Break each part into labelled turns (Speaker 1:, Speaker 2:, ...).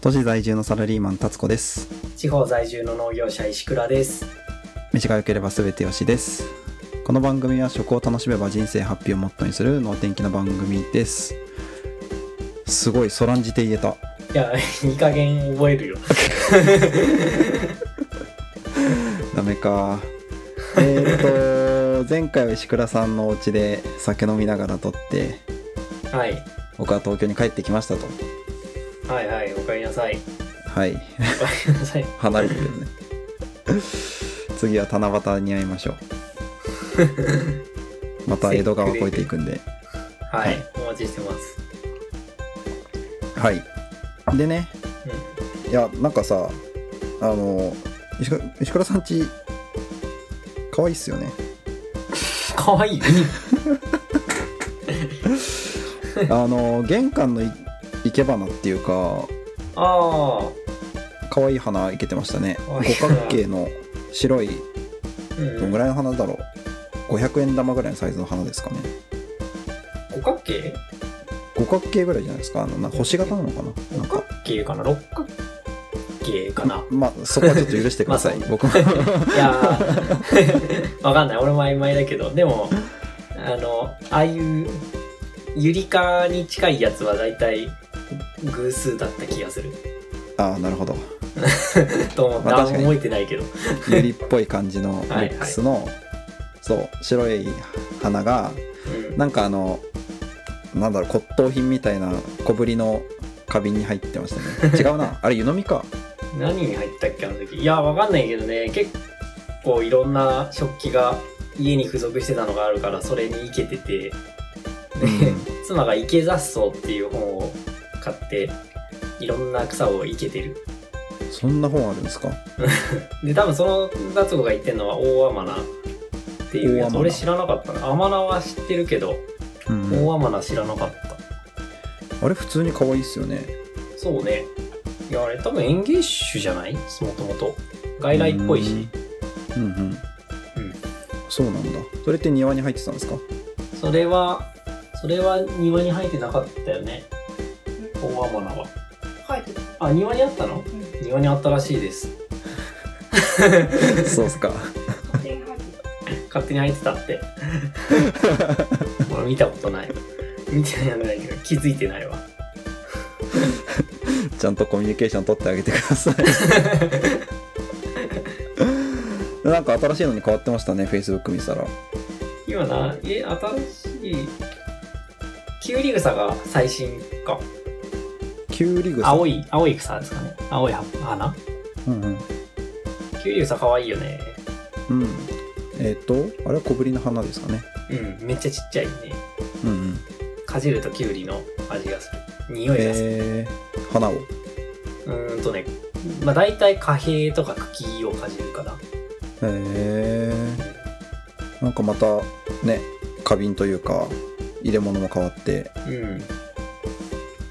Speaker 1: 都市在住のサラリーマン達子です
Speaker 2: 地方在住の農業者石倉です。
Speaker 1: 短ければ全てよしですこの番組は食を楽しめば人生ハッピーをモットーにする能天気な番組ですすごいそらんじて言えた
Speaker 2: いや、 いい加減覚えるよ。
Speaker 1: ダメかえー、と前回は石倉さんのお家で酒飲みながら撮って
Speaker 2: はい。
Speaker 1: 僕は東京に帰ってきましたと
Speaker 2: はいはい。おかえりなさい。
Speaker 1: はい
Speaker 2: おかえりなさい。
Speaker 1: 離れてるよね次は七夕に会いましょうまた江戸川越えていくんで
Speaker 2: はい。お待ちしてます。
Speaker 1: はいでね
Speaker 2: う
Speaker 1: いやなんかさあの石倉石倉さんち可愛いっすよ ね
Speaker 2: ん。かわいい。
Speaker 1: あの玄関のい生け花っていうか
Speaker 2: ああ。
Speaker 1: 可愛い花生けてましたね
Speaker 2: 可愛い
Speaker 1: 五角形の白い
Speaker 2: うん。
Speaker 1: どんぐらいの花だろう500円玉ぐらいのサイズの花ですかね
Speaker 2: 五角形
Speaker 1: 五角形ぐらいじゃないですかあのな星型なのかなな
Speaker 2: 五
Speaker 1: んか
Speaker 2: 角形かな六角形かな
Speaker 1: まあそこはちょっと許してください、
Speaker 2: ま
Speaker 1: 僕も
Speaker 2: いやー わかんない。俺も曖昧だけど。でも、あの、ああいう、ゆりかに近いやつは大体、偶数だった気がする。
Speaker 1: ああなる ほど
Speaker 2: と思っ
Speaker 1: まあ
Speaker 2: た。あん
Speaker 1: 確か
Speaker 2: ま
Speaker 1: に
Speaker 2: 覚えてないけど。
Speaker 1: ユリっぽい感じのミ
Speaker 2: はい
Speaker 1: ックスの、そう白い花が
Speaker 2: うん。
Speaker 1: なんかあのなんだろう骨董品みたいな小ぶりの花瓶に入ってました ね違うなあれ湯飲みか
Speaker 2: 何に入ったっけあの時いやわかんないけどね結構いろんな食器が家に付属してたのがあるからそれに生けてて
Speaker 1: うん
Speaker 2: 妻が「池雑草」っていう本を買っていろんな草を生けてる
Speaker 1: そんな本あるんですか
Speaker 2: で多分その雑子が言ってるのは大天菜っていうや
Speaker 1: 大天
Speaker 2: つ
Speaker 1: 菜
Speaker 2: 俺知らなかったな天菜は知ってるけ
Speaker 1: う
Speaker 2: ど、
Speaker 1: ん
Speaker 2: 大天菜知らなかった
Speaker 1: あれ普通に可愛いっすよね
Speaker 2: そうねいやあれ多分園芸種じゃないもともと外来っぽいし
Speaker 1: うんうん、うん
Speaker 2: うん
Speaker 1: そうなんだそれって庭に入ってたんですか
Speaker 2: それは、それは庭に入ってなかったよね。大アマナは。
Speaker 3: 入ってた。
Speaker 2: あ、庭にあったの
Speaker 3: うん。勝
Speaker 2: 庭にあったらしいです。
Speaker 1: そうっすか
Speaker 3: 手に入ってた。
Speaker 2: 勝手に入ってたって。俺見たことない。見てないんじゃないけど、気づいてないわ。
Speaker 1: ちゃんとコミュニケーション取ってあげてくださ いなんか新しいのに変わってましたね Facebook 見てたら
Speaker 2: 今な、え、新しい、キュウリ草が最新か。
Speaker 1: キュウリグサ
Speaker 2: 青い、青い草ですかね。青い葉花
Speaker 1: うんうん
Speaker 2: キュウリ草かわいいよね。
Speaker 1: うんえっ、とあれは小ぶりの花ですかね
Speaker 2: うん、めっちゃちっちゃいね。
Speaker 1: うんうん
Speaker 2: かじるとキュウリの味がする。匂いがする。
Speaker 1: えー、花を
Speaker 2: うーんとね、まあ大体貨幣とか茎をかじるかな。
Speaker 1: へえんかまたね花瓶というか入れ物も変わって
Speaker 2: うん。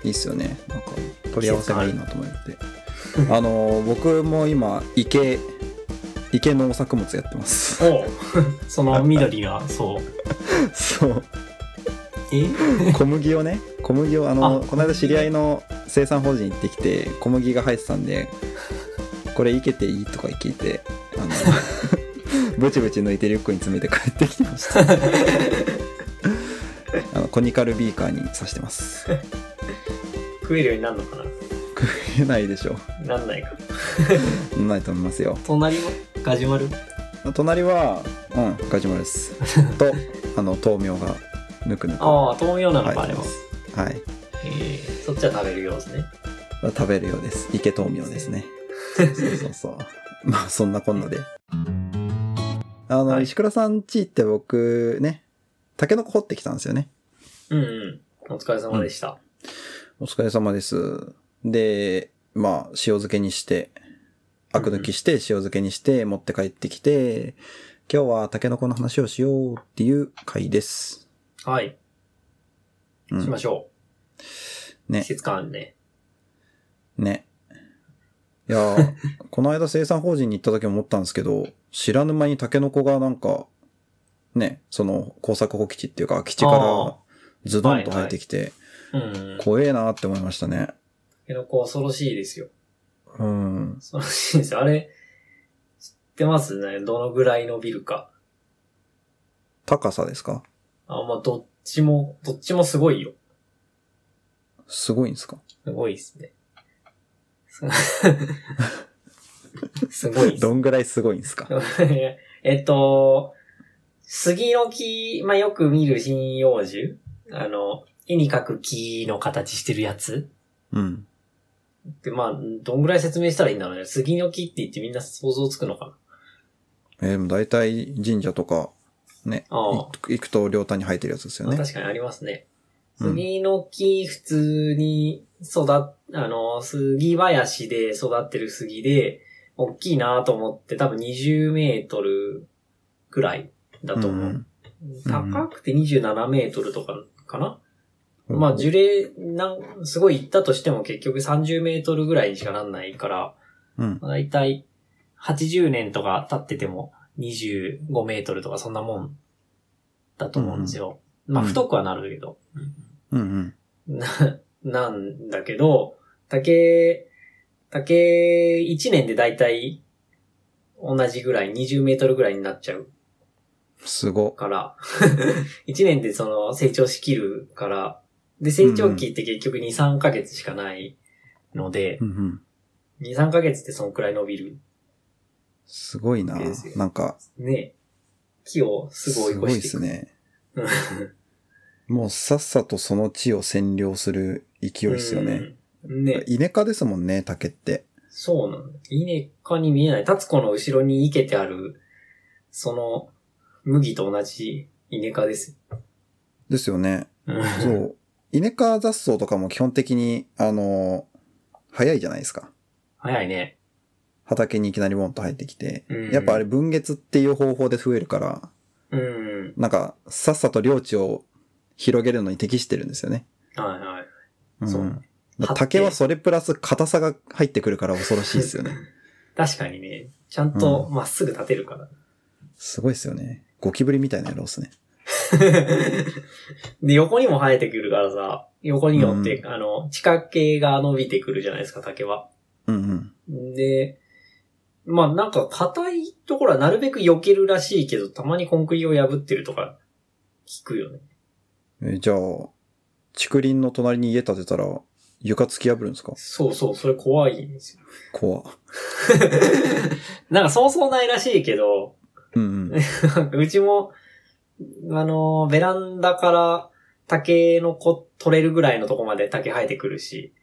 Speaker 1: いいっすよねなんか取り合わせがいいなと思ってあのー僕も今池池農作物やってます
Speaker 2: おうその緑が、そう。
Speaker 1: そう
Speaker 2: え
Speaker 1: 小麦をね小麦をあの
Speaker 2: あ
Speaker 1: この間知り合いの生産法人行ってきて小麦が入ってたんで「これいけていい?」とか聞いてあ のブチブチ抜いてリュックに詰めて帰ってきてま したあのコニカルビーカーに刺してます
Speaker 2: 食えるようになるのか
Speaker 1: 食えないでしょ
Speaker 2: ななんないか。
Speaker 1: ないと思いますよ
Speaker 2: 隣もガジュマル
Speaker 1: 隣はうんガジュマルですとあの豆苗がぬくぬく
Speaker 2: ああ、豆苗なのか、
Speaker 1: は
Speaker 2: あ
Speaker 1: い
Speaker 2: れは。
Speaker 1: はい
Speaker 2: えーそっちは食べるようですね。
Speaker 1: 食べるようです池豆苗ですねそうそうそうそう まあそんなこんなであの、
Speaker 2: はい
Speaker 1: 石倉さん家って僕ねタケノコ掘ってきたんですよね
Speaker 2: うんうん。お疲れ様でした。
Speaker 1: お疲れ様ですでまあ塩漬けにしてアク抜きして塩漬けにして持って帰ってきて今日はタケノコの話をしようっていう回です、
Speaker 2: はい。
Speaker 1: う
Speaker 2: し
Speaker 1: ん
Speaker 2: ま、しょう。
Speaker 1: ね
Speaker 2: 季節感ね。
Speaker 1: ねいや ーこの間生産法人に行った時も思ったんですけど、知らぬ間にタケノコがなんか、ね、その工作保基地っていうか空き地か
Speaker 2: あー
Speaker 1: らズドンと生えてきて、
Speaker 2: うん。
Speaker 1: 怖えなーって思いましたね。
Speaker 2: けど、こう恐ろしいですよ。
Speaker 1: うん。
Speaker 2: 恐ろしいですよ。あれ、知ってますね。どのぐらいのビルか。
Speaker 1: 高さですか
Speaker 2: あ、まあ、どっちも、どっちもすごいよ。
Speaker 1: すごいんですか
Speaker 2: すごいですね。すすごいです
Speaker 1: どんぐらいすごいんですか
Speaker 2: えっと、杉の木、まあ、よく見る針葉樹あの、絵に描く木の形してるやつ
Speaker 1: うん。
Speaker 2: で、まあ、どんぐらい説明したらいいんだろうね。杉の木って言ってみんな想像つくのかな
Speaker 1: えー、でも大体神社とか、ね、
Speaker 2: ああ
Speaker 1: 行く行くと両端に生えてるやつですよ
Speaker 2: まあ
Speaker 1: ね。
Speaker 2: 確かにありますね。
Speaker 1: うん
Speaker 2: 杉の木、普通に育っ、あの、杉林で育ってる杉で、大きいなと思って、多分20メートルくらいだと思う。
Speaker 1: ん
Speaker 2: 高くて27メートルとかかな、
Speaker 1: うん
Speaker 2: まあ樹齢なん、すごい行ったとしても結局30メートルぐらいにしかなんないから、
Speaker 1: うん。
Speaker 2: だいたい80年とか経ってても25メートルとかそんなもんだと思うんですよ。まあ
Speaker 1: うん
Speaker 2: 太くはなるけど。
Speaker 1: うんうん。
Speaker 2: な、なんだけど、竹、竹1年でだいたい同じぐらい20メートルぐらいになっちゃう
Speaker 1: すご。
Speaker 2: から、1年でその成長しきるから、で、成長期って結局2、3ヶ月しかないので
Speaker 1: う、んうん。
Speaker 2: 2、3ヶ月ってそのくらい伸びる。
Speaker 1: すごいな
Speaker 2: ですよ。
Speaker 1: なんか、
Speaker 2: ね。木をすごい
Speaker 1: す
Speaker 2: 追い
Speaker 1: ごい
Speaker 2: 越
Speaker 1: で
Speaker 2: してい
Speaker 1: す
Speaker 2: く。
Speaker 1: ね。
Speaker 2: うん
Speaker 1: もうさっさとその地を占領する勢いですよね。。
Speaker 2: うんね。
Speaker 1: 稲科ですもんね、竹って。
Speaker 2: そうなの。稲かに見えない。タツコの後ろに生けてある、その、麦と同じ稲かです。
Speaker 1: ですよね。
Speaker 2: うん
Speaker 1: そう。稲科雑草とかも基本的に、あの、早いじゃないですか。
Speaker 2: 早いね。
Speaker 1: 畑にいきなりボンと入ってきて。
Speaker 2: うん
Speaker 1: やっぱあれ分月っていう方法で増えるから、
Speaker 2: うん。
Speaker 1: なんか、さっさと領地を広げるのに適してるんですよね。
Speaker 2: はいはい。
Speaker 1: うん、
Speaker 2: そう
Speaker 1: だから竹はそれプラス硬さが入ってくるから恐ろしいですよね。
Speaker 2: 確かにね。ちゃんとまっすぐ立てるから。
Speaker 1: すごいですよね。ゴキブリみたいな野郎ですね。
Speaker 2: で、横にも生えてくるからさ、横によって、あの、地下茎が伸びてくるじゃないですか、竹は。
Speaker 1: うんうん。
Speaker 2: で、まあなんか硬いところはなるべく避けるらしいけど、たまにコンクリを破ってるとか、聞くよね。
Speaker 1: えじゃあ、竹林の隣に家建てたら床突き破るんですか
Speaker 2: そうそう、それ怖いんですよ。
Speaker 1: 怖っ。
Speaker 2: なんかそうそうないらしいけど、
Speaker 1: うん うん。
Speaker 2: なんかうちも、あのー、ベランダから竹の子取れるぐらいのとこまで竹生えてくるし、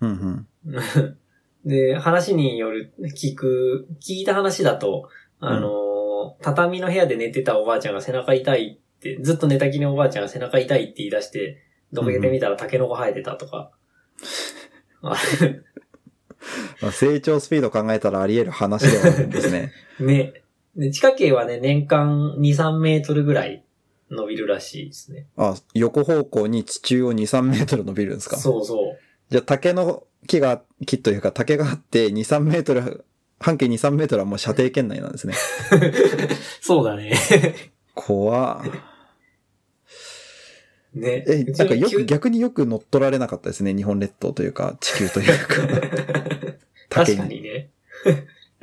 Speaker 1: うんうん。
Speaker 2: で、話による、聞く、聞いた話だと、あのー畳の部屋で寝てたおばあちゃんが背中痛いって、ずっと寝たきりのおばあちゃんが背中痛いって言い出して、どけてみたらタケノコ生えてたとか。あ
Speaker 1: まあ成長スピード考えたらあり得る話ではあるんです ね。
Speaker 2: れね。で、地下茎はね、年間2、3メートルぐらい伸びるらしいですね。
Speaker 1: あ、横方向に地中を2、3メートル伸びるんですか
Speaker 2: そうそう。
Speaker 1: じゃあ竹の木が、木というか竹があって2、3メートル、半径2、3メートルはもう射程圏内なんですね。
Speaker 2: そうだね。
Speaker 1: 怖っ
Speaker 2: ね。
Speaker 1: え、
Speaker 2: うち
Speaker 1: な
Speaker 2: の
Speaker 1: んかよく、
Speaker 2: 旧
Speaker 1: 逆によく乗っ取られなかったですね。日本列島というか、地球という か。竹 に
Speaker 2: 確か にね。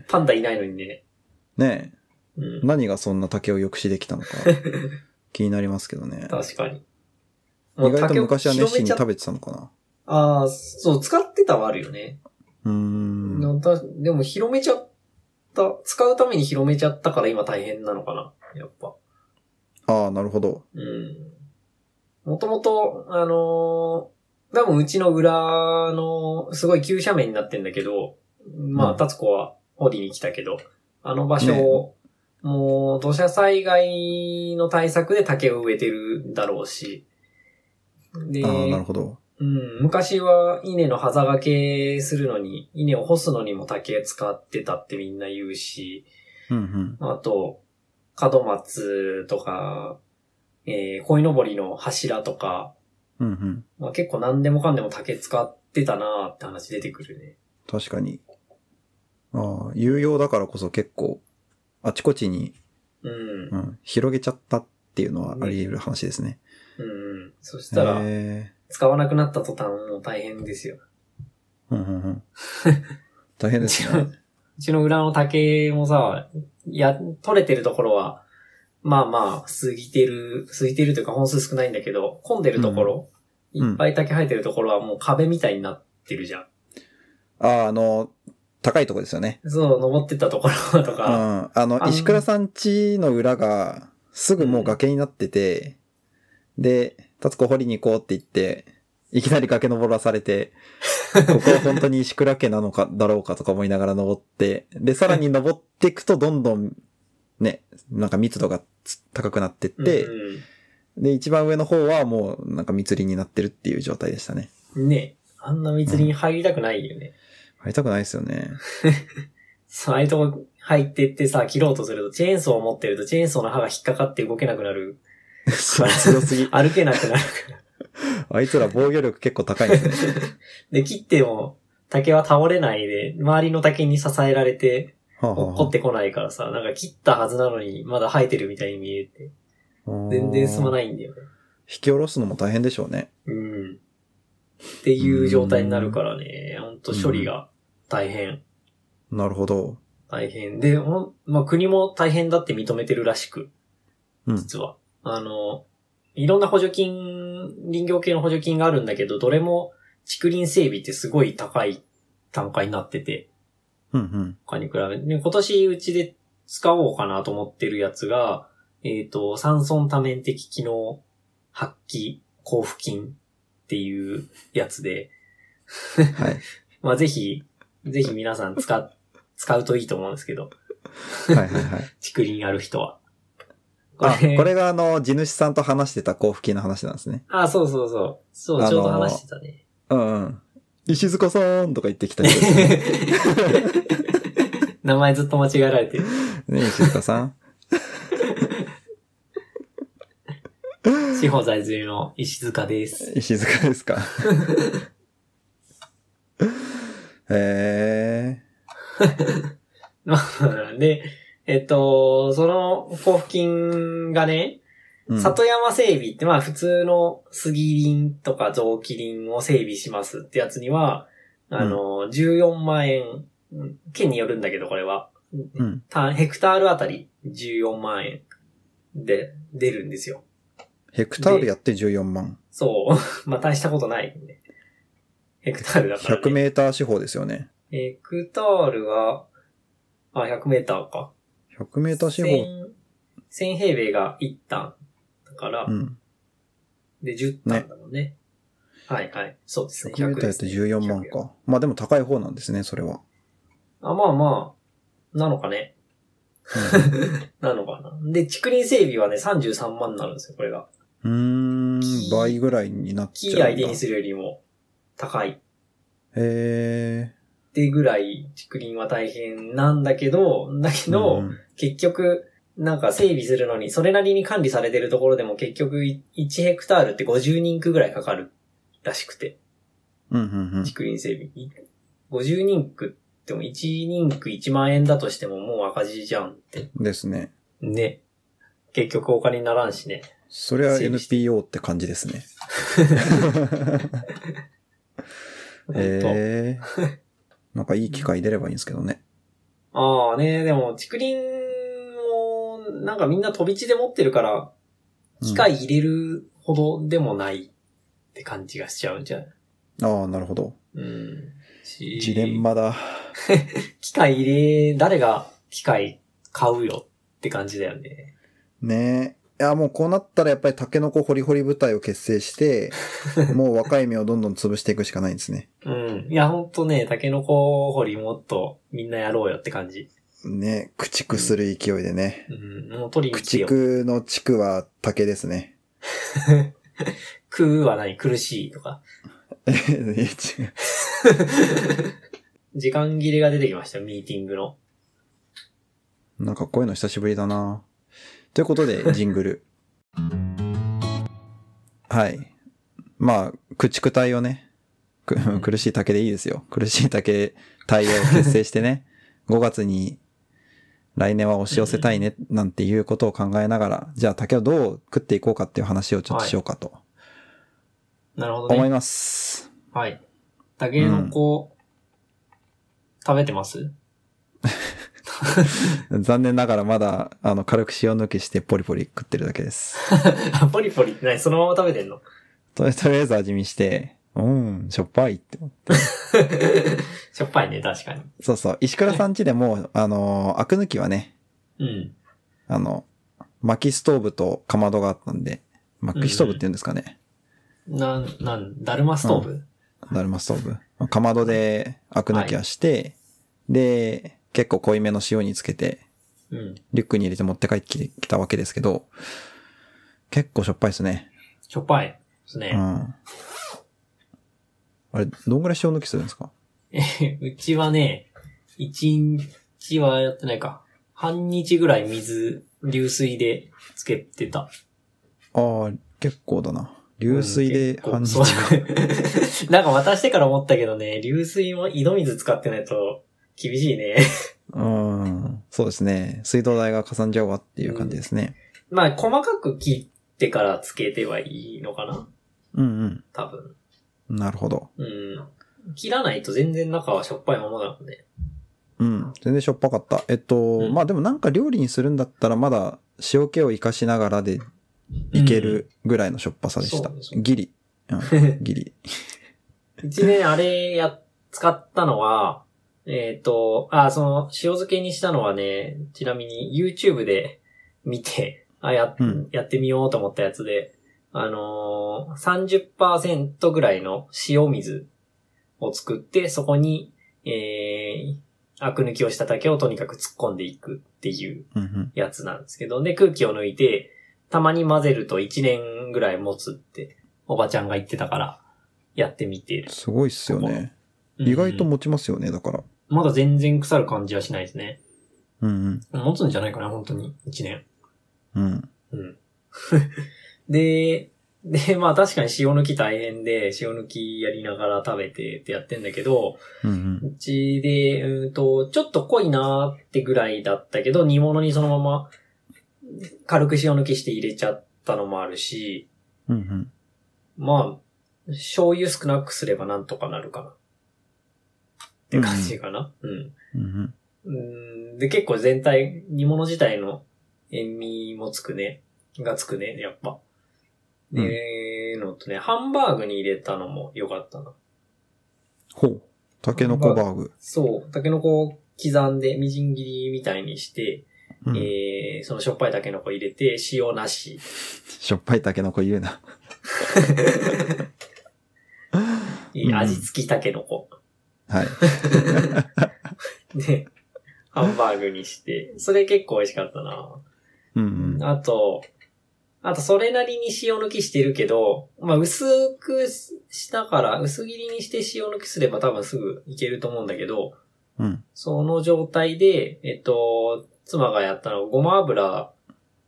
Speaker 2: パンダいないのにね。
Speaker 1: ねえ
Speaker 2: うん。
Speaker 1: 何がそんな竹を抑止できたの か、気になりますけどね。
Speaker 2: 確かに。
Speaker 1: 意外と昔は熱心に
Speaker 2: 食
Speaker 1: 食
Speaker 2: べ
Speaker 1: べてたのかな。
Speaker 2: ああ、そう、使ってたはあるよね。
Speaker 1: うーん。
Speaker 2: なんだでも広めちゃった、使うために広めちゃったから今大変なのかな、やっぱ。
Speaker 1: ああ、なるほど。
Speaker 2: うん。もともと、あのー多分うちの裏の、すごい急斜面になってんだけど、ま
Speaker 1: う
Speaker 2: あ、
Speaker 1: ん
Speaker 2: 達子は掘りに来たけど、あの場所を、もう土砂災害の対策で竹を植えてるだろうし、で、
Speaker 1: ああ、なるほど。
Speaker 2: うん、昔は稲の端掛けするのに、稲を干すのにも竹使ってたってみんな言うし、
Speaker 1: うんうん。
Speaker 2: あと、門松とか、えー、鯉のぼりの柱とか、
Speaker 1: うんうん。
Speaker 2: まあ、結構何でもかんでも竹使ってたなーって話出てくるね。
Speaker 1: 確かに。ああ、有用だからこそ結構、あちこちに、
Speaker 2: うん。
Speaker 1: う
Speaker 2: うん
Speaker 1: ん、広げちゃったっていうのはあり得る話ですね。
Speaker 2: うん。そし
Speaker 1: へ
Speaker 2: たら、
Speaker 1: え
Speaker 2: 使わなくなった途端もう大変ですよ。
Speaker 1: うんうん うん。大変ですね。
Speaker 2: うちの裏の竹もさ、や、取れてるところは、まあまあ、過ぎてる、過ぎてるというか本数少ないんだけど、混んでるところ、
Speaker 1: うんうん
Speaker 2: いっぱい竹生えてるところはもう壁みたいになってるじゃん。
Speaker 1: ああ、あの、高いとこですよね。
Speaker 2: そう、登ってったところと
Speaker 1: うん。
Speaker 2: か、
Speaker 1: あ
Speaker 2: あ
Speaker 1: の、
Speaker 2: の
Speaker 1: 石倉さん家の裏が、すぐもう崖になってて、で、タツコ掘りに行こうって言って、いきなり崖登らされて、ここは本当に石倉家なのか、だろうかとか思いながら登って、で、さらに登っていくとどんどん、ね、なんか密度がつ高くなってって、
Speaker 2: うん
Speaker 1: で、一番上の方はもうなんか密林になってるっていう状態でしたね。
Speaker 2: うんねあんな密林に入りたくないよね。
Speaker 1: 入りたくないですよ ね。
Speaker 2: そう、ああいうとこ入ってってさ、切ろうとすると、チェーンソーを持ってると、チェーンソーの刃が引っかかって動けなくなる。
Speaker 1: そう強すぎ。
Speaker 2: 歩けなくなる。
Speaker 1: あいつら防御力結構高いん ですね。
Speaker 2: で、切っても、竹は倒れないで、周りの竹に支えられて、
Speaker 1: はあはあ
Speaker 2: 落っこってこないからさ、なんか切ったはずなのに、まだ生えてるみたいに見えて、
Speaker 1: はあ
Speaker 2: 全然進ま
Speaker 1: 引
Speaker 2: ないんだよね。
Speaker 1: き下ろすのも大変でしょうね。
Speaker 2: うん。っていう状態になるからね、ほんと処理が大変、
Speaker 1: なるほど。
Speaker 2: 大変。で、ほんまあ、国も大変だって認めてるらしく、
Speaker 1: うん。
Speaker 2: 実は。あの、いろんな補助金、林業系の補助金があるんだけど、どれも竹林整備ってすごい高い単価になってて、
Speaker 1: うんうん。
Speaker 2: 他に比べて、で今年うちで使おうかなと思ってるやつが、えっ、と、酸素多面的機能発揮交付金っていうやつで、
Speaker 1: はい。
Speaker 2: まあぜひ、ぜひ皆さん使っ、使うといいと思うんですけど、
Speaker 1: はいはいはい。
Speaker 2: 竹林ある人は。
Speaker 1: あ、 これがあの、地主さんと話してた交付金の話なんですね。
Speaker 2: あ、そうそうそう。そ
Speaker 1: あのー
Speaker 2: う、ちょうど話してた ね。
Speaker 1: うんうん。石塚さんとか言ってきた 人ですね。
Speaker 2: 名前ずっと間違えられてる。
Speaker 1: ね、石塚さん。
Speaker 2: 地方在住の石塚です。
Speaker 1: 石塚です か。へえ。
Speaker 2: まあで、えっと、その交付金がね、
Speaker 1: うん
Speaker 2: 里山整備ってまあ普通の杉林とか雑木林を整備しますってやつには、あの、14万円、うん県によるんだけどこれは、
Speaker 1: うん。
Speaker 2: 単ヘクタールあたり14万円で出るんですよ。
Speaker 1: ヘクタールやって14万。
Speaker 2: そう。 まあ大したことないんで。ヘクタールだから、ね。
Speaker 1: 100メーター四方ですよね。
Speaker 2: ヘクタールは、あ、100メーターか。
Speaker 1: 100メーター四方。
Speaker 2: 1000 1000平米が1単だから、
Speaker 1: うん。
Speaker 2: で、10単だもんね。はいはい。そうですね。
Speaker 1: 100メーターやって
Speaker 2: ですね
Speaker 1: 14万
Speaker 2: 100
Speaker 1: か。まあでも高い方なんですね、それは。
Speaker 2: あ、まあまあ、なのかね。なのかな。で、竹林整備はね、33万になるんですよ、これが。
Speaker 1: うん。うーん、倍ぐらいになっち
Speaker 2: キ
Speaker 1: ゃうんだ。
Speaker 2: ー相手にするよりも高い。
Speaker 1: へえ。
Speaker 2: ってぐらい、竹林は大変なんだけど、だけど、
Speaker 1: うんうん
Speaker 2: 結局、なんか整備するのに、それなりに管理されてるところでも結局い1ヘクタールって50人区ぐらいかかるらしくて、
Speaker 1: うんうんうん。
Speaker 2: 竹林整備に。50人区っても1人区1万円だとしてももう赤字じゃんって。
Speaker 1: ですね。
Speaker 2: ね。結局お金にならんしね。
Speaker 1: それは
Speaker 2: 整備して
Speaker 1: NPO って感じ ですね。
Speaker 2: 本
Speaker 1: へえ。なんかいい機会出ればいいんですけどね。
Speaker 2: 当ああね、でも竹林もなんかみんな飛び地で持ってるから、機械入れるほどでもないって感じがしちゃうんじゃない
Speaker 1: ああ、なるほど。
Speaker 2: うん。し
Speaker 1: ジレンマだ。
Speaker 2: 機械入れ、誰が機械買うよって感じだよね。
Speaker 1: ねえ。いや、もうこうなったらやっぱりタケノコホリホリ部隊を結成 して、もう若い芽をどんどん潰していくしかないんですね。
Speaker 2: うん。いや、ほんとね、タケノコ掘りもっとみんなやろうよって感じ。
Speaker 1: ねえ、駆逐する勢いでね。
Speaker 2: うん。もう取りに
Speaker 1: 駆
Speaker 2: 来てよ。食
Speaker 1: 逐の地区は竹ですね。
Speaker 2: うは何苦しいとか。
Speaker 1: え違う
Speaker 2: 時間切れが出てきましたよ、ミーティングの。
Speaker 1: なんかこういうの久しぶりだなということ で、ジングル。はい。まあ、駆逐隊をね、く苦しい竹でいいですよ。苦しい竹隊を結成して ね、5月に来年は押し寄せたいね、なんていうことを考えながら、じゃあ竹をどう食っていこうかっていう話をちょっとしようかと
Speaker 2: なるほど
Speaker 1: 思い
Speaker 2: ね。
Speaker 1: ます。
Speaker 2: はい。タケノコ食べてます
Speaker 1: 残念ながらまだ、あの、軽く塩抜きしてポリポリ食ってるだけです。
Speaker 2: あポリポリって何そのまま食べてんの
Speaker 1: とりとりあえず味見して、うん、しょっぱいって思って。
Speaker 2: しょっぱいね、確かに。
Speaker 1: そうそう。石倉さん家でも、あの、アク抜きはね、
Speaker 2: うん。
Speaker 1: あの、薪ストーブとかまどがあったんで、薪ストーブって言うんですかね。
Speaker 2: なん、なん、だるまストーブ、
Speaker 1: だるまストーブ。まあかまどでアク抜きはして、で、結構濃いめの塩につけて、
Speaker 2: うん、
Speaker 1: リュックに入れて持って帰ってきたわけですけど、結構しょっぱいですね。
Speaker 2: しょっぱいですね
Speaker 1: う。ん。あれ、どんぐらい塩抜きするんですか
Speaker 2: え うちはね、一日はやってないか。半日ぐらい水、流水でつけてた。
Speaker 1: ああ、結構だな。流水で
Speaker 2: うん
Speaker 1: 半
Speaker 2: 結
Speaker 1: 日
Speaker 2: 構。そう なんか渡してから思ったけどね、流水も井戸水使ってないと厳しいね。
Speaker 1: うん。そうですね。水道代がかさんじゃうわっていう感じですね。
Speaker 2: まあ、細かく切ってからつけてはいいのかな
Speaker 1: うん
Speaker 2: 多分。
Speaker 1: うん。なるほど。
Speaker 2: うん。切らないと全然中はしょっぱいままだもんね。
Speaker 1: うん。全然しょっぱかった。えっと、
Speaker 2: ん
Speaker 1: まあでもなんか料理にするんだったらまだ塩気を活かしながらでいけるぐらいのしょっぱさでした。
Speaker 2: そうそう
Speaker 1: ギリ。 うん、ギリ。
Speaker 2: うちね、あれや、使ったのは、えっ、と、あ、その、塩漬けにしたのはね、ちなみに YouTube で見て、あ、や、
Speaker 1: うん
Speaker 2: やってみようと思ったやつで、あのー、30%ぐらいの塩水を作って、そこに、えー、アク抜きをした竹をとにかく突っ込んでいくっていう
Speaker 1: うんうん。
Speaker 2: やつなんですけど、で、空気を抜いて、たまに混ぜると1年ぐらい持つって、おばちゃんが言ってたから、やってみてる。
Speaker 1: すごいっすよね。意外と持ちますよね、だから。
Speaker 2: まだ全然腐る感じはしないですね。
Speaker 1: うん
Speaker 2: 持つんじゃないかな、本当に。1年。
Speaker 1: うん。うん。
Speaker 2: うん。 で、で、まあ確かに塩抜き大変で、塩抜きやりながら食べてってやってんだけど、
Speaker 1: うんうん。
Speaker 2: うちで、うんと、ちょっと濃いなーってぐらいだったけど、煮物にそのまま軽く塩抜きして入れちゃったのもあるし、
Speaker 1: うんうん。
Speaker 2: まあ、醤油少なくすればなんとかなるかな。って感じかな。うん
Speaker 1: うんうん。
Speaker 2: うーんで、結構全体、煮物自体の塩味もつくね。がつくね、やっぱ。
Speaker 1: うん
Speaker 2: で、のとね、ハンバーグに入れたのも良かったな。
Speaker 1: ほう。タケノコバーグ。
Speaker 2: そう、タケノコを刻んで、みじん切りみたいにして、
Speaker 1: うん
Speaker 2: えー、そのしょっぱいタケノコ入れて、塩な し。
Speaker 1: しょっぱいタケノコ言うな。
Speaker 2: いい
Speaker 1: うん
Speaker 2: 味付きタケノコ。
Speaker 1: はい。
Speaker 2: で、ハンバーグにして、それ結構美味しかったな。
Speaker 1: うんうん。
Speaker 2: あと、あとそれなりに塩抜きしてるけど、まあ薄くしたから、薄切りにして塩抜きすれば多分すぐいけると思うんだけど、
Speaker 1: うん。
Speaker 2: その状態で、えっと、妻がやったのはごま油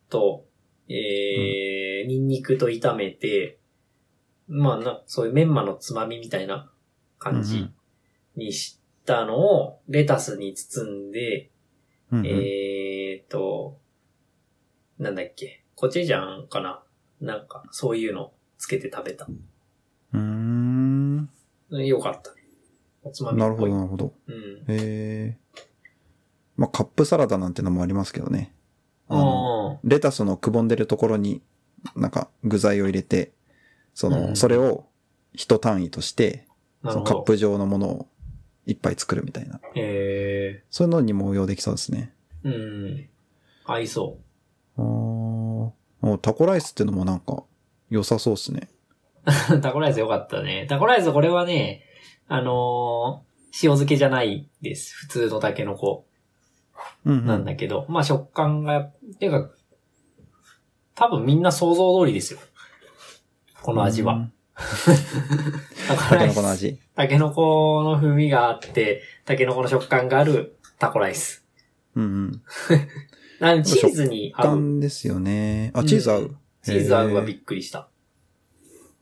Speaker 2: と、えー、ニンニクと炒めて、まあな、そういうメンマのつまみみたいな感
Speaker 1: う
Speaker 2: じ
Speaker 1: ん
Speaker 2: にしたのをレタスに包んで、
Speaker 1: うんうん。
Speaker 2: えーと、なんだっけ、コチュジャンかななんか、そういうのつけて食べた。
Speaker 1: うーん。
Speaker 2: よかったね。おつまみ
Speaker 1: なる
Speaker 2: っ
Speaker 1: ほ
Speaker 2: ぽい。
Speaker 1: ど、なるほど。
Speaker 2: うん。
Speaker 1: へえ。まあ、カップサラダなんてのもありますけどね。あの
Speaker 2: あ
Speaker 1: レタスのくぼんでるところに、なんか具材を入れて、その、
Speaker 2: うん
Speaker 1: それを一単位として、
Speaker 2: あ、な
Speaker 1: そ
Speaker 2: る
Speaker 1: の
Speaker 2: ほ
Speaker 1: カッ
Speaker 2: ど。
Speaker 1: プ状のものをいっぱい作るみたいな。
Speaker 2: え
Speaker 1: そういうのにも応用できそうですね。
Speaker 2: ー、うん。合いそ
Speaker 1: あーおタコライスってのもなんか良さそうですね。
Speaker 2: う。 タコライスよかったね。タコライスこれはね、あのー塩漬けじゃないです。普通のタケノコ
Speaker 1: うん、うん。
Speaker 2: なんだけど。まあ食感が、ていうか、多分みんな想像通りですよ。こ
Speaker 1: こ
Speaker 2: の味は。。だか
Speaker 1: タ
Speaker 2: ら
Speaker 1: ケノコの味。
Speaker 2: タケノコの風味があって、タケノコの食感があるタコライス。
Speaker 1: うんうん。
Speaker 2: なんチーズに合う。
Speaker 1: 簡ですよね。あ、チーズ合う。
Speaker 2: うんチーズ合うは
Speaker 1: へ
Speaker 2: びっくりした。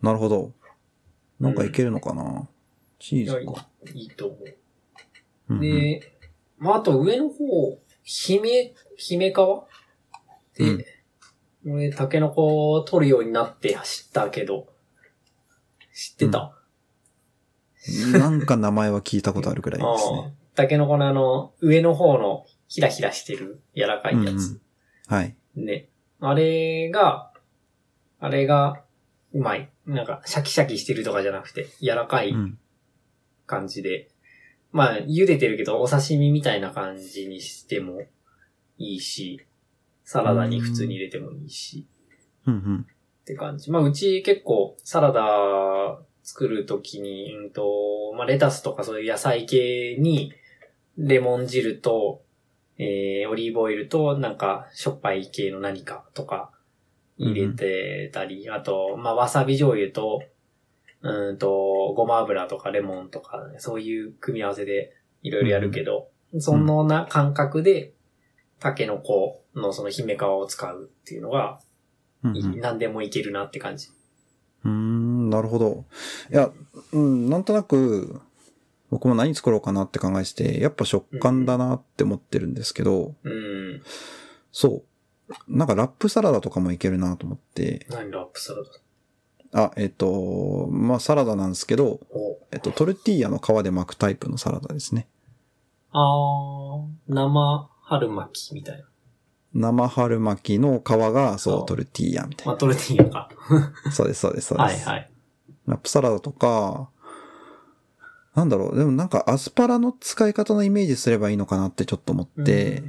Speaker 1: なるほど。なんかいけるのかな、チーズか。
Speaker 2: いいと思う。
Speaker 1: うんうん
Speaker 2: で、まあ、あと上の方、姫、姫皮
Speaker 1: うん
Speaker 2: で、俺、タケノコを取るようになって知ったけど、知ってた、
Speaker 1: なんか名前は聞いたことあるくらい
Speaker 2: あ
Speaker 1: ですね。
Speaker 2: あタケノコのあの、上の方のひらひらしてる柔らかいやつ。
Speaker 1: はい。
Speaker 2: ね。あれが、あれが、うまい。なんか、シャキシャキしてるとかじゃなくて、柔らかい
Speaker 1: うん。
Speaker 2: 感じで。まあ、茹でてるけど、お刺身みたいな感じにしてもいいし、サラダに普通に入れてもいいし。
Speaker 1: うんうん。
Speaker 2: って感じ。まあ、うち結構サラダ作るときに、うんと、まあ、レタスとかそういう野菜系に、レモン汁と、えー、オリーブオイルと、なんか、しょっぱい系の何かとか入れてたり、あと、まあ、わさび醤油と、うんと、ごま油とかレモンとか、そういう組み合わせでいろいろやるけど、そのな感覚で、タケノコのその姫皮を使うっていうのが、
Speaker 1: うん
Speaker 2: い
Speaker 1: うん
Speaker 2: 何でもいけるなって感じ。
Speaker 1: うーん、なるほど。いや、うん、なんとなく、僕も何作ろうかなって考えして、やっぱ食感だなって思ってるんですけど、
Speaker 2: うん。
Speaker 1: そう。なんかラップサラダとかもいけるなと思って、
Speaker 2: 何ラップサラダ
Speaker 1: あ、えっ、と、まあ、サラダなんですけど、
Speaker 2: お
Speaker 1: えっと、トルティーヤの皮で巻くタイプのサラダですね。
Speaker 2: あー、生春巻きみたいな。
Speaker 1: 生春巻きの皮が、そ
Speaker 2: 皮
Speaker 1: う、トルティーヤみたい
Speaker 2: まあ、トルティーヤか。
Speaker 1: な。そうです、そうです、そうです。
Speaker 2: はいはい。
Speaker 1: ラップサラダとか、なんだろう、でもなんかアスパラの使い方のイメージすればいいのかなってちょっと思って、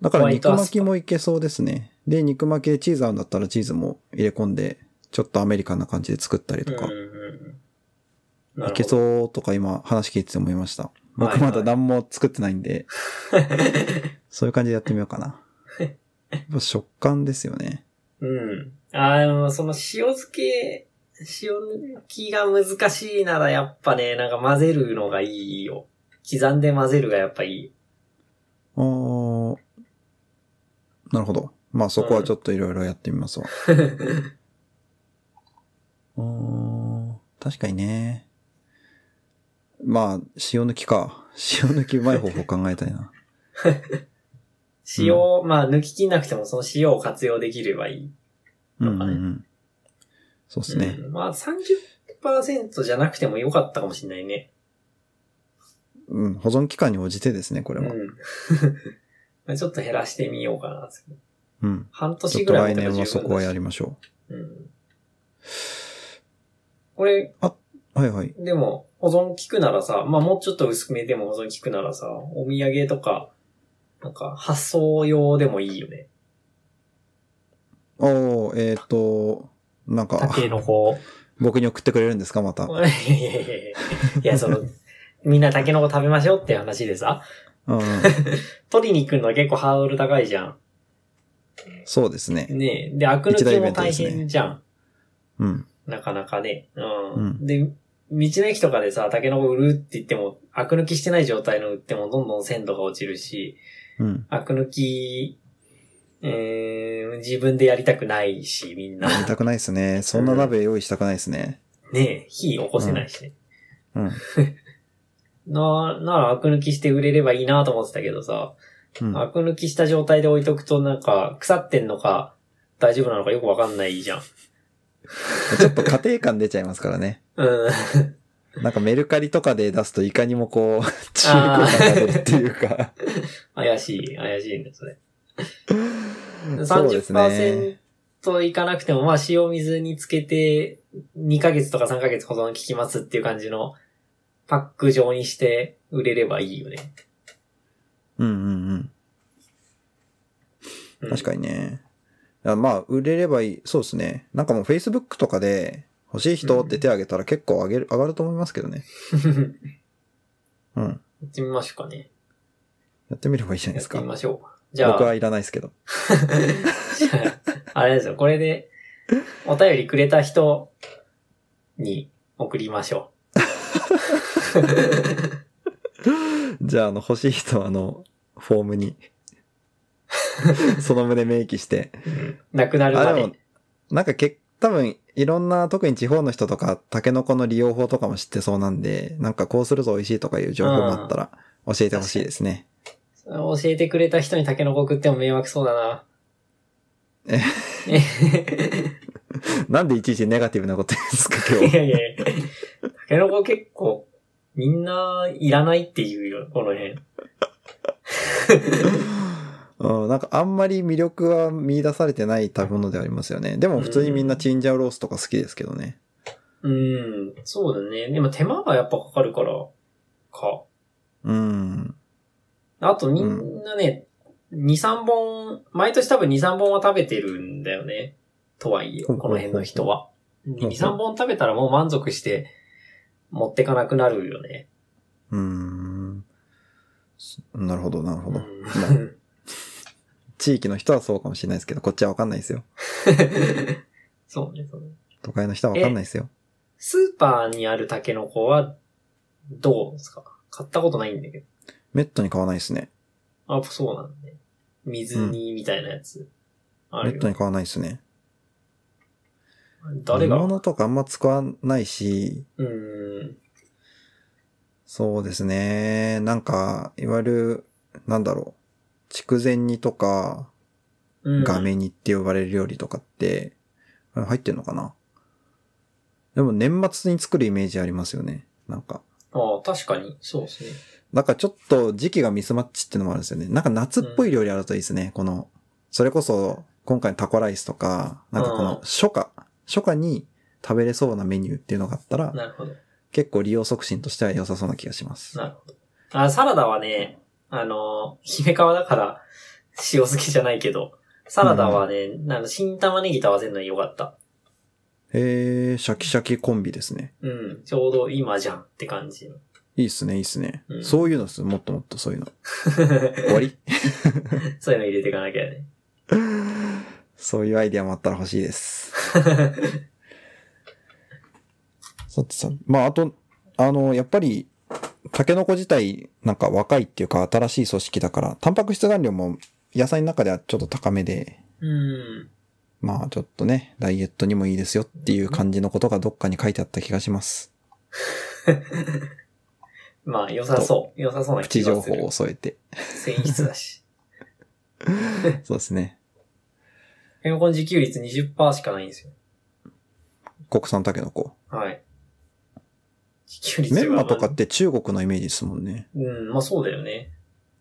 Speaker 1: だか
Speaker 2: ホ
Speaker 1: ら
Speaker 2: ワイ
Speaker 1: 肉
Speaker 2: トアスパラ
Speaker 1: 巻きもいけそうですね。で、肉巻きでチーズ合うんだったらチーズも入れ込んで、ちょっとアメリカンな感じで作ったり
Speaker 2: うん
Speaker 1: と
Speaker 2: うん
Speaker 1: か、
Speaker 2: うん。
Speaker 1: いけ
Speaker 2: う。
Speaker 1: そうとか今話聞いてて思いました。
Speaker 2: はいはい
Speaker 1: 僕まだ何も作ってないんで、そういう感じでやってみようか な。やっぱ食感ですよね。
Speaker 2: うん。あーでもその塩漬け、塩抜きが難しいならやっぱね、なんか混ぜるのがいいよ。刻んで混ぜるがやっぱいい。
Speaker 1: あーなるほど。まあそこはちょっといろいろやってみ ますわ。うーん確かにね。まあ、塩抜きか。塩抜きうまい方法考えたい な。
Speaker 2: 塩、まあ抜き切んなくてもその塩を活用できればいい。
Speaker 1: うんうんうん。そうですね。
Speaker 2: うん、まあ30%じゃなくてもよかったかもしれないね。
Speaker 1: うん。保存期間に応じてですね、これ
Speaker 2: う
Speaker 1: は。
Speaker 2: ん まあ。ちょっと減らしてみようかな。
Speaker 1: うん。
Speaker 2: 半
Speaker 1: ちょ
Speaker 2: 年
Speaker 1: っ
Speaker 2: ぐ
Speaker 1: と
Speaker 2: らい
Speaker 1: 来
Speaker 2: だったら
Speaker 1: 年は
Speaker 2: 十
Speaker 1: そこ
Speaker 2: 分だ
Speaker 1: は
Speaker 2: し
Speaker 1: やりましょ
Speaker 2: うん。これ、
Speaker 1: う。はいはい。
Speaker 2: でも、保存効くならさ、まあもうちょっと薄めでも保存効くならさ、お土産とか、なんか発送用でもいいよね。
Speaker 1: おー、えっ、ー、と、なんか、
Speaker 2: 竹の子。
Speaker 1: 僕に送ってくれるんですか、また。
Speaker 2: いやいやいやいや。いや、その、みんな竹の子食べましょうって話でさ、
Speaker 1: うんうん。
Speaker 2: 取りに行くのは結構ハードル高いじゃん。
Speaker 1: そうです ね。
Speaker 2: ねえ。で、アク抜
Speaker 1: 一大
Speaker 2: き
Speaker 1: イベ
Speaker 2: も
Speaker 1: ント
Speaker 2: 大
Speaker 1: ですね
Speaker 2: 変じゃん。
Speaker 1: うん。
Speaker 2: なかなかね。うん。
Speaker 1: うん
Speaker 2: で、道の駅とかでさ、タケノコ売るって言っても、アク抜きしてない状態の売ってもどんどん鮮度が落ちるし、
Speaker 1: うん。
Speaker 2: アク抜き、えー、自分でやりたくないし、みんな。
Speaker 1: 見たくないですね。そんな鍋用意したくないですね。
Speaker 2: ねえ、火起こせないしね。
Speaker 1: うん。
Speaker 2: な、ならアク抜きして売れればいいなと思ってたけどさ、
Speaker 1: うん。
Speaker 2: アク抜きした状態で置いとくとなんか、腐ってんのか、大丈夫なのかよくわかんないじゃん。
Speaker 1: ちょっと家庭感出ちゃいますからね。
Speaker 2: うん。
Speaker 1: なんかメルカリとかで出すといかにもこう、 中古感が出るっていうか。
Speaker 2: 怪しい、怪しいんだ、それ。
Speaker 1: そうですね
Speaker 2: 30%いかなくても、まあ、塩水につけて、2ヶ月とか3ヶ月保存効きますっていう感じのパック状にして売れればいいよね。
Speaker 1: うんうんうん。
Speaker 2: うん
Speaker 1: 確かにね。あまあ、売れればいい。そうですね。なんかもう Facebook とかで欲しい人って手挙げたら結構上げる、上がると思いますけどね。 うん。
Speaker 2: やってみましょうかね。
Speaker 1: やってみればいいじゃないで
Speaker 2: やっ
Speaker 1: す
Speaker 2: て
Speaker 1: か。
Speaker 2: みましょう。じゃ
Speaker 1: 僕は
Speaker 2: あ、
Speaker 1: いらないですけど。
Speaker 2: あれですよ、これで、お便りくれた人に送りましょ
Speaker 1: じゃあ、あの、欲しい人はあの、フォーム に、その旨明記して。
Speaker 2: う。なくなるま
Speaker 1: あ、
Speaker 2: で。
Speaker 1: でも、なんかけ、多分、いろんな、特に地方の人とか、タケノコの利用法とかも知ってそうなんで、なんかこうすると美味しいとかいう情報があったら、教えてほしいですね。
Speaker 2: 教えてくれた人にタケノコ食っても迷惑そうだな。
Speaker 1: え
Speaker 2: い
Speaker 1: なんでいちいちネガティブなこと言うんですか、今
Speaker 2: や
Speaker 1: 日。
Speaker 2: いやいや。タケノコ結構みんないらないって言うよ、この辺。
Speaker 1: うん、なんかあんまり魅力は見出されてない食べ物ではありますよね。でも普通にみんなチンジャオロースとか好きですけどね。
Speaker 2: うん、そうだね。でも手間がやっぱかかるから、か。
Speaker 1: うん。
Speaker 2: あとみんなね、2、3本、毎年多分2、3本は食べてるんだよね。とはいえ、
Speaker 1: ほうほ
Speaker 2: この
Speaker 1: うほう
Speaker 2: 辺の人は。
Speaker 1: ほう
Speaker 2: 2、3本食べたらもう満足して持ってかなくなるよね。
Speaker 1: うん。そなるほど、なるほど。
Speaker 2: うん
Speaker 1: 地域の人はそうかもしれないですけど、こっちはわかんないですよ。
Speaker 2: そうね、そうね。
Speaker 1: 都会の人はわかんないですよ。
Speaker 2: スーパーにあるタケノコは、どうですか買ったことないんだけど。
Speaker 1: めったに買わないですね。
Speaker 2: あ、そうなんだね。水煮みたいなやつ。あ
Speaker 1: め
Speaker 2: る
Speaker 1: った
Speaker 2: よ
Speaker 1: に買わないですね。
Speaker 2: 誰が
Speaker 1: 煮物とかあんま使わないし、
Speaker 2: うん。
Speaker 1: そうですね。なんか、いわゆる、なんだろう。筑前煮とか、
Speaker 2: うん
Speaker 1: 画。面煮って呼ばれる料理とかって、あれ入ってんのかなでも年末に作るイメージありますよね。なんか。
Speaker 2: ああ、確かに。そうですね。
Speaker 1: なんかちょっと時期がミスマッチってのもあるんですよね。なんか夏っぽい料理あるといいですね。この、それこそ今回のタコライスとか、なんかこ
Speaker 2: うん
Speaker 1: の初夏、初夏に食べれそうなメニューっていうのがあったら、
Speaker 2: なるほど。
Speaker 1: 結構利用促進としては良さそうな気がします。
Speaker 2: なるほど。あ、サラダはね、あの、姫皮だから、塩漬けじゃないけど、サラダはね、あの、新玉ねぎと合わせるのによかった。
Speaker 1: へー、シャキシャキコンビですね。
Speaker 2: うん、ちょうど今じゃんって感じの。
Speaker 1: いいっすね、いいっすね。
Speaker 2: うん
Speaker 1: そういうのっす。もっともっとそういうの。終わり
Speaker 2: そういうの入れていかなきゃね。
Speaker 1: そういうアイディアもあったら欲しいです。さてさ、まあ、あと、あの、やっぱり、タケノコ自体、なんか若いっていうか新しい組織だから、タンパク質含量も野菜の中ではちょっと高めで、
Speaker 2: うん。
Speaker 1: まあちょっとね、ダイエットにもいいですよっていう感じのことがどっかに書いてあった気がします。
Speaker 2: まあ、良さそう。良さそうな
Speaker 1: プチ
Speaker 2: 気
Speaker 1: 情
Speaker 2: がす
Speaker 1: 報
Speaker 2: る
Speaker 1: を。添えて。
Speaker 2: 繊維質だし。
Speaker 1: そうですね。
Speaker 2: エモコン自給率20%しかないんですよ。
Speaker 1: 国産タケノコ。
Speaker 2: はい。自給率が
Speaker 1: メンマとかって中国のイメージですもんね。
Speaker 2: うん、まあそうだよね。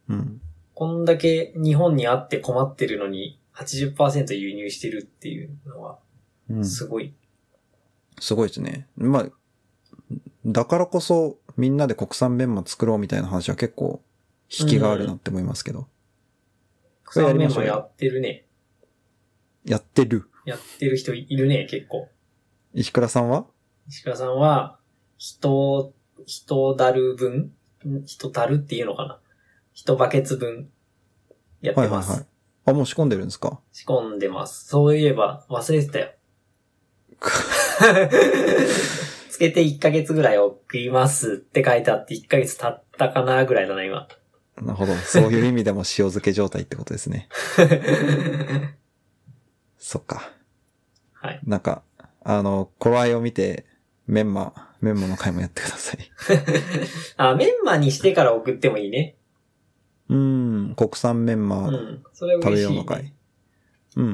Speaker 1: うん。
Speaker 2: こんだけ日本にあって困ってるのに80%輸入してるっていうのは
Speaker 1: うん、
Speaker 2: すごい。
Speaker 1: すごいですね。まあ、だからこそみんなで国産メンマ作ろうみたいな話は結構引きがあるなって思いますけど。
Speaker 2: 草
Speaker 1: やり
Speaker 2: メ
Speaker 1: ま
Speaker 2: ン
Speaker 1: しょ
Speaker 2: マ
Speaker 1: うよ
Speaker 2: やってるね。
Speaker 1: やってる。
Speaker 2: やってる人いるね、結構。
Speaker 1: 石倉さんは
Speaker 2: 石倉さんは、人、人だる分ん人だるっていうのかな人バケツ分やっ
Speaker 1: は
Speaker 2: て
Speaker 1: いはい
Speaker 2: ます、
Speaker 1: はい。あ、もう仕込んでるんです か
Speaker 2: 仕込んでます。そういえば忘れてたよ。 つけて1ヶ月ぐらい送りますって書いてあって1ヶ月経ったかなぐらいだな、今。
Speaker 1: なるほど。そういう意味でも塩漬け状態ってことですね。そっか。
Speaker 2: はい。
Speaker 1: なんか、あの、頃合いを見て、メンマ、メンマの回もやってくださ い。
Speaker 2: あ、メンマにしてから送ってもいいね。
Speaker 1: うーん、国産メン
Speaker 2: う
Speaker 1: マ
Speaker 2: ん。それ嬉
Speaker 1: 食
Speaker 2: し
Speaker 1: べ
Speaker 2: い、
Speaker 1: ようの回。うん
Speaker 2: うん。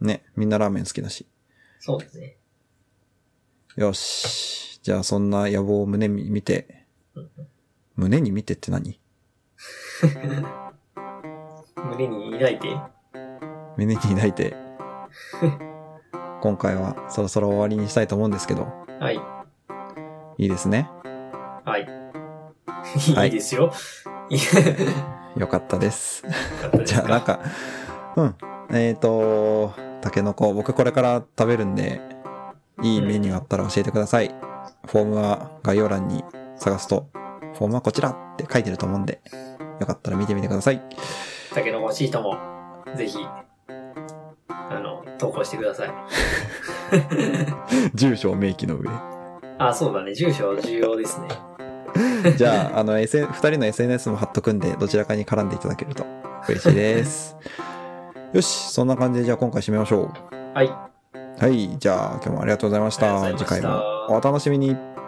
Speaker 1: うん。ね、みんなラーメン好きだし。
Speaker 2: そうですね。
Speaker 1: よし。じゃあそんな野望を胸に見て、胸に見てって何
Speaker 2: 胸に抱いて。
Speaker 1: 胸に抱いて、今回はそろそろ終わりにしたいと思うんですけど、
Speaker 2: はい。
Speaker 1: いいですね。
Speaker 2: はい。
Speaker 1: はい
Speaker 2: いいですよ。いい
Speaker 1: よかったです。
Speaker 2: かったで
Speaker 1: じ
Speaker 2: す
Speaker 1: ゃあなん
Speaker 2: か。
Speaker 1: か、うん。えっ、ー、と、タケノコ、僕これから食べるんで、いいメニューあったら教えてください。フォームは概要欄に探すと、フォームはこちらって書いてると思うんで、よかったら見てみてください。
Speaker 2: 竹の欲しい人も、ぜひ、あの、投稿してください。
Speaker 1: 住所を明記の上。
Speaker 2: あ、そうだね。住所重要ですね。
Speaker 1: じゃあ、あの、SN、二人の SNS も貼っとくんで、どちらかに絡んでいただけると嬉しいです。 よし、そんな感じで、じゃあ今回締めましょ
Speaker 2: はい。
Speaker 1: う。はい、じゃあ今日もありがとうございました。
Speaker 2: ありがとうございました
Speaker 1: 次回もお楽しみに。